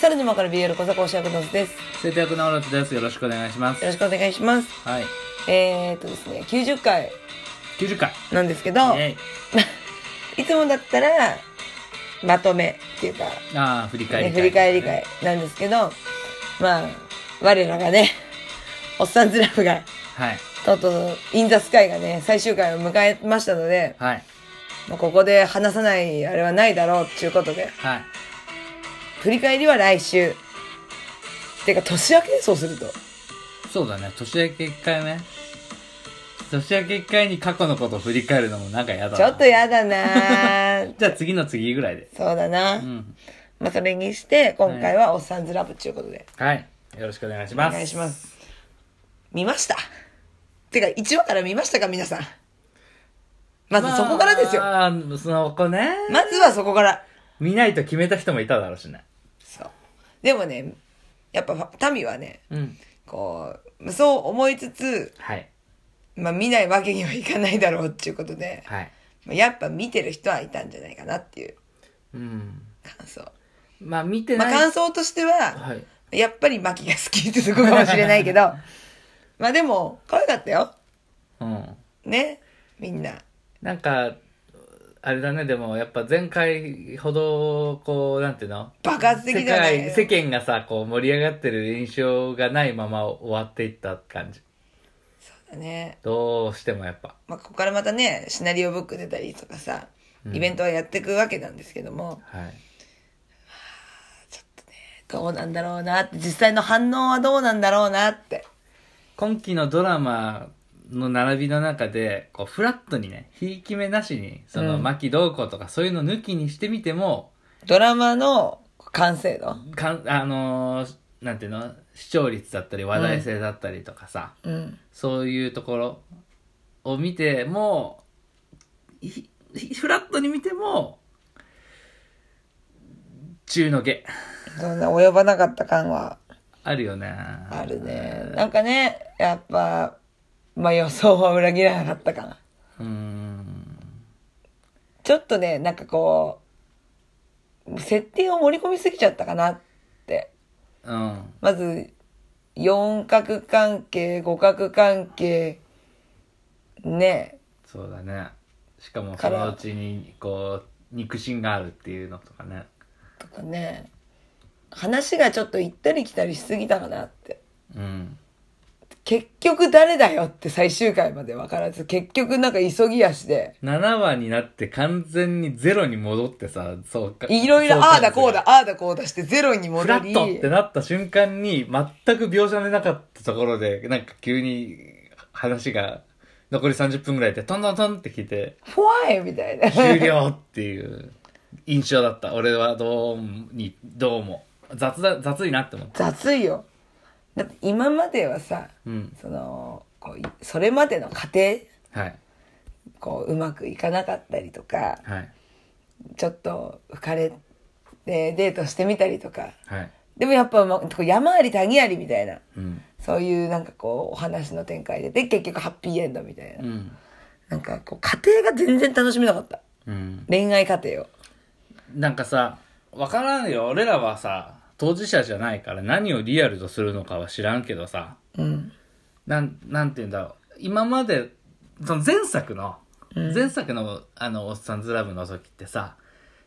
さらに今から BL 小坂おしゃくのずです。生徒役のオロチです。よろしくお願いしますよ。ろしくお願いします。はい。えー、っとですね、90回90回。なんですけど、えいつもだったら、まとめっていうか、いああ、振り返ね、り会。振り返り会なんですけど、まあ、我らがね、 おっさんずラブが、はい。とうとう、インザスカイがね、最終回を迎えましたので、はい。まあここで話さないあれはないだろうっていうことで、はい。振り返りは来週。てか、年明けでそうすると。そうだね。年明け1回目。年明け1回に過去のことを振り返るのもなんかやだな。ちょっとやだなーじゃあ次の次ぐらいで。そうだな。うん。まあ、それにして、今回はおっさんずラブということで、はい。よろしくお願いしおます。願いします。見ましたてか、1話から見ましたか、皆さん。まずそこからですよ。まあ、そこね。まずはそこから。見ないと決めた人もいただろうしね。そう。でもね、やっぱ、民はね、うん。こう、そう思いつつ、はい。まあ、見ないわけにはいかないだろうっていうことで、はい。まあやっぱ見てる人はいたんじゃないかなっていううん。感想。まあ見てまあ、ない。感想としては、はい。やっぱりマキが好きってとこかもしれないけど、 まあでも、可愛かったよ。うん。ねみんななんか、あれだね、でもやっぱ前回ほど、こう、なんていうの爆発的世じゃない界、世間がさ、こう盛り上がってる印象がないまま終わっていった感じ。ね、どうしてもやっぱ。まあ、ここからまたねシナリオブック出たりとかさイベントはやっていくわけなんですけども、はい。どうなんだろうなって実際の反応はどうなんだろうなって今期のドラマの並びの中で、こう、フラットにね、ひいき目なしに、その、うん牧どうこうとかそういうの抜きにしてみても、ドラマの完成度かん、あのーなんていうの視聴率だったり、話題性だったりとかさ、うんそういうところを見ても、ひひフラットに見ても、中の下。そんな及ばなかった感はあるよね。あるねなんかねやっぱまあ予想は裏切らなかった感うーん。ちょっとねなんかこう設定を盛り込みすぎちゃったかなってうん。まず、四角関係、五角関係、ねそうだね。しかもそからのうちに、こう、肉親があるっていうのとかね。とかね、話がちょっと行ったり来たりしすぎたかなって。うん。結局誰だよって最終回まで分からず、結局なんか急ぎ足で、 7話になって完全にゼロに戻ってさ、そうか。いろいろそうかああだこうだ、。ああだこうだしてゼロにフ戻ラッり、トってなった瞬間に、全く描写でなかったところで、なんか急に話が残り30分ぐらいでトントントンって来て、フォアイみたいな。終了っていう印象だった。俺はどうに、どうも。雑だ、雑いなって思った。雑いよ。だって今まではさ、うん。その、こうそれまでの過程、はい。こう、うまくいかなかったりとか、はい。ちょっと浮かれてデートしてみたりとかはい。でもやっぱ、ま、こう山あり谷ありみたいなうん。そういうなんかこうお話の展開でで結局ハッピーエンドみたいな、うん。なんかこう家庭が全然楽しめなかったうん。恋愛家庭をなんかさ、わからんよ。俺らはさ、当事者じゃないから何をリアルとするのかは知らんけどさ、うんなん、なんて言うんだろう。今まで、その前作の、前作の、あの、おっさんずラブの時ってさ、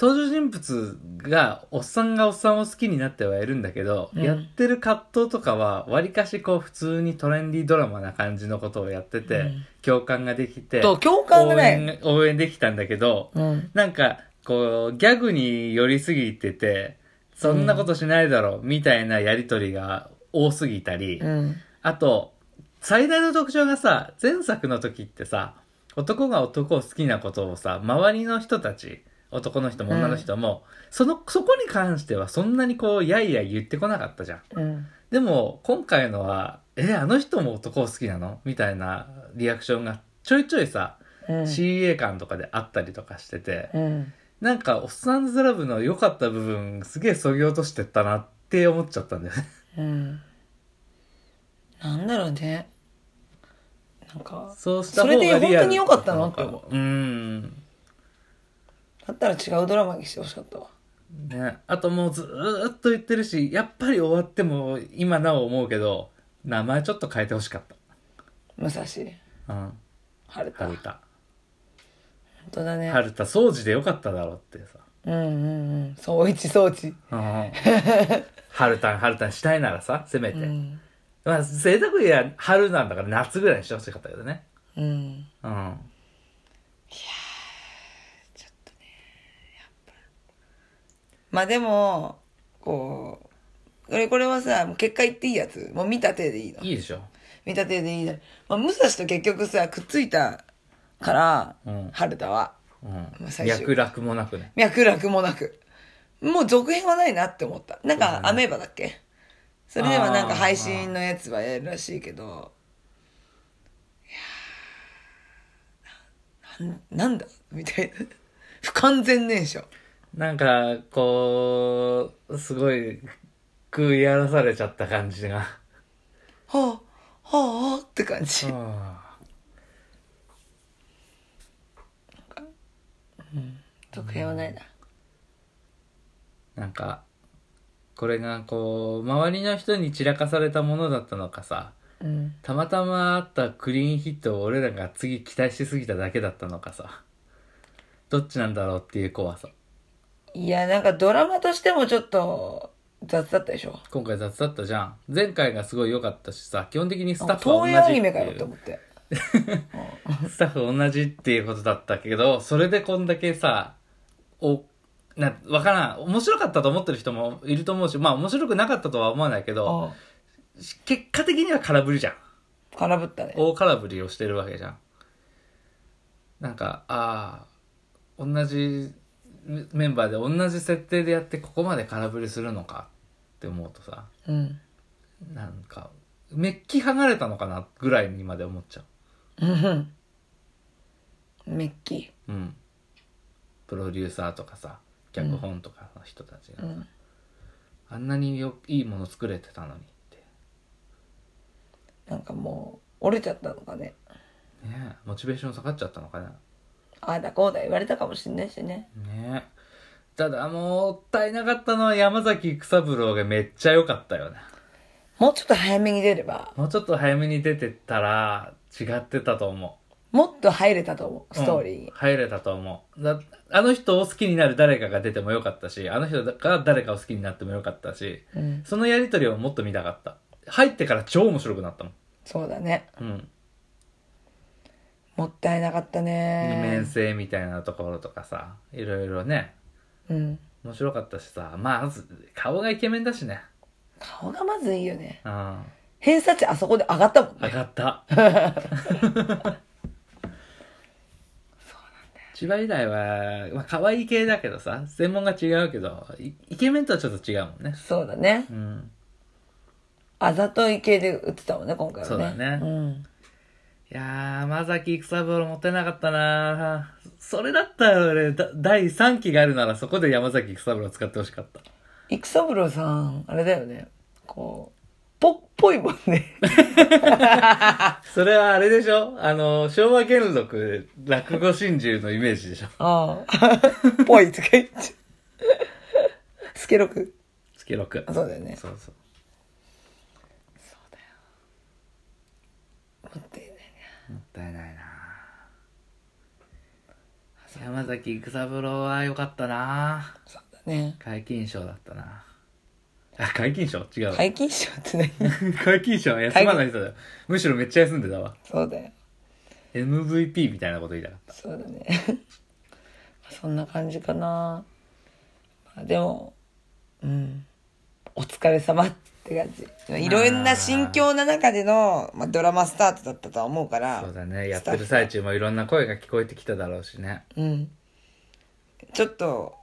登場人物が、おっさんがおっさんを好きになってはいるんだけど、やってる葛藤とかは、わりかしこう、普通にトレンディードラマな感じのことをやってて、共感ができて、そう共感がない応援、応援できたんだけど、うんなんか、こう、ギャグに寄りすぎてて、そんなことしないだろう、みたいなやりとりが多すぎたり、うんあと、最大の特徴がさ、前作の時ってさ、男が男を好きなことをさ、周りの人たち、男の人も女の人も、その、そこに関してはそんなにこう、やいやい言ってこなかったじゃん。うんでも、今回のは、え、あの人も男を好きなのみたいなリアクションがちょいちょいさ、うん CA 感とかであったりとかしてて、うんなんか、おっさんずラブの良かった部分、すげえ削ぎ落としてったなって思っちゃったんだよね。うんなんだろうねなんかそうした方がリアル それで本当に良かったのって思う。うん。だったら違うドラマにしてほしかったわね、あともうずーっと言ってるし、やっぱり終わっても今なお思うけど、名前ちょっと変えてほしかっ武蔵た。うん。春田春本田。当だね春田、掃除でよかっただろってさ。うんうんうんそういちそうち うん。春田、春田したいならさ、せめて。うんまあ、贅沢言えば春なんだから夏ぐらいにしてほしかったけどね。うんうん。まあでもこうこれこれはさもう結果言っていいやつもう見た手でいいのいいでしょ。見た手でいいの、まあ、武蔵と結局さくっついたから、うん春田はうんあ。最終脈絡もなくね。脈絡もなくもう続編はないなって思ったなんそうだかねアメーバだっけそれではなんかあー配信のやつはやるらしいけどいやーななんだみたいな 不完全燃焼なんか、こう、すごい、食い荒らされちゃった感 じが。はあはあって感じうん続編はないななんか、これがこう、周りの人に散らかされたものだったのかさ、うんたまたまあったクリーンヒットを俺らが次期待しすぎただけだったのかさ、どっちなんだろうっていう怖さ。いやなんかドラマとしてもちょっと雑だったでしょ今回雑だったじゃん。前回がすごい良かったしさ、基本的にスタッ東フは同映アじニっメかよていとう。思ってスタッフ同じっていうことだったけど、それでこんだけさ、お、な、わからん。面白かったと思ってる人もいると思うし、まあ面白くなかったとは思わないけど、あ結果的には空振りじゃん。あ空振ったね大空振りをしてるわけじゃんなんかああ同じメメンバーで同じ設定でやってここまで空振りするのかって思うとさうんなんかメッキ剥がれたのかなぐらいにまで思っちゃうんメッキううんプロデューサーとかさ脚本とかの人たちがさ、うんあんなによいいもの作れてたのにってなんかもう折れちゃったのかねねえモチベーション下がっちゃったのかなああだこうだ言われたかもしんないしねねただもったいなかったのは山崎育三郎がめっちゃ良かったよねもうちょっと早めに出ればもうちょっと早めに出てったら違ってたと思もっと入れたと思ううストーリーうんに、入れたと思うだあの人を好きになる誰かが出てもよかったしあの人が誰かを好きになってもよかったしうんそのやり取りをもっと見たかった入ってから超面白くなったもんそうだねうんもったいなかった二面ね性みたいなところとかさいろいろねうん面白かったしさまあ顔がイケメンだしね顔がまずいいよねうん偏差値あそこで上がったもん上ねが った。千葉以来は、まあ、可愛い系だけどさ、専門が違うけど、いイケメンとはちょっと違うもんね。そうだねうん。あざとい系で売ってたもんね今回はねそうだねうんいやー、まさき育三郎持ってなかったなそれだったら俺、だ第3期があるならそこで山崎育三郎使ってほしかった。育三郎さんあれだよねこうぽっぽいもん ねそれはあれでしょあの、昭和元禄落語真珠のイメージでしょあ あぽいとか言っちゃうスケロク月6。そうだよねそうそう。持ってねもったいないな山崎育三郎は良かったなそうだね皆勤賞だったなあ皆勤賞違う、 皆勤賞って何皆勤賞は休まない人だよむしろめっちゃ休んでたわそうだよ MVP みたいなこと言いたかっそうだね そんな感じかな、まあ、でもうんお疲れ様って感じいろんな心境の中での、まあ、ドラマスタートだったとは思うかたらそうだねやってる最中もいろんな声が聞こえてきただろうしねうんちょっと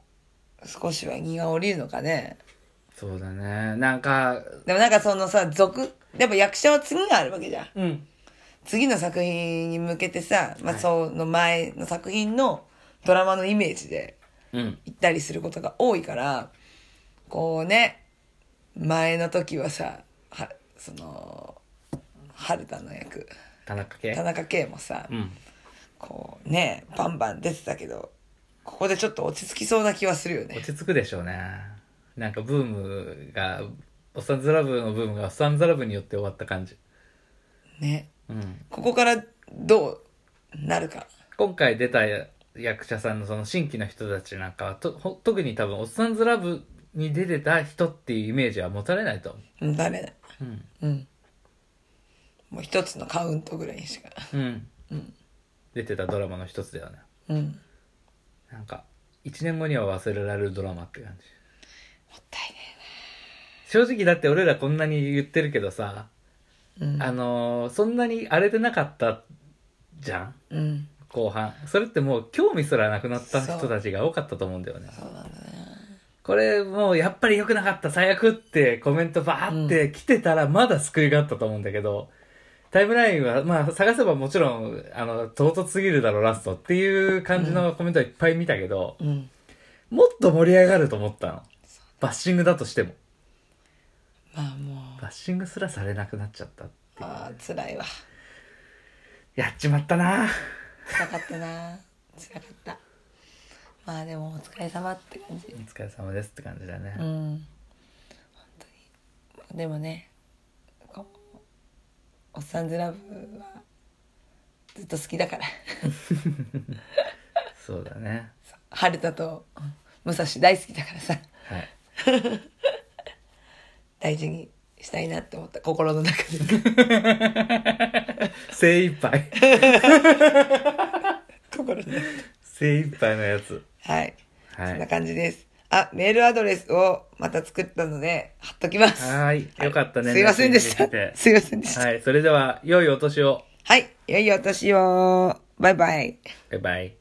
少しは荷が下りるのかねそうだねなんかでもなんかそのさ続やっぱ役者は次があるわけじゃんうん次の作品に向けてさ、まあ、はいその前の作品のドラマのイメージでうん行ったりすることが多いからこうね前の時はさはその春田の役田中田圭中圭もさうんこうねバンバン出てたけどここでちょっと落ち着きそうな気はするよ落ね。ち着くでしょうね。なんかブームが、おっさんずラブのブームがおっさんずラブによって終わった感じ。ね。うん。ここからどうなるか。今回出た役者さんのその新規の人たちなんかは、とほ特に多分おっさんずラブに出てた人っていうイメージは持たれないと思うん、ダメだ。う。うん。うん。もう一つのカウントぐらいにしか。うん。出てたドラマの一つだよね。うん。もなんか、一年後には忘れられるドラマって感じ。ったいね正直だって俺らこんなに言ってるけどさ、うあのーそんなに荒れてなかったじゃんえな。うん。後半それってもう興味すらなくなったそう人たちが多かったと思うんだよねそうなんだね。これもうやっぱり良くなかった最悪ってコメントバーって来てたらまだ救いがあったと思うんだけど、タイムラインはまあ探せばもちろんあの唐突すぎるだろうラストっていう感じのコメントはいっぱい見たけど、うん。もっと盛り上がると思ったのバッシングだとしてもまあもう、バッシングすらされなくなっちゃったまあ辛いわ。やっちまったな辛かったな。 辛かった。まあでもお疲れ様って感じお。疲れ様ですって感じだね、うん。本当に。でもね、こうおっさんずラブはずっと好きだから。そうだね春田とうん武蔵大好きだからさ、はい大事にしたいなって思った。心の中で。精一杯心の中で。精一杯のやつはい。はいそんな感じです。あ、メールアドレスをまた作ったので、貼っときます。はーいよかったねすいませんでしメた。ッセージできてすいませんでした。はいそれでは良いお年をはい。良いお年を。バイバイ。バイバイ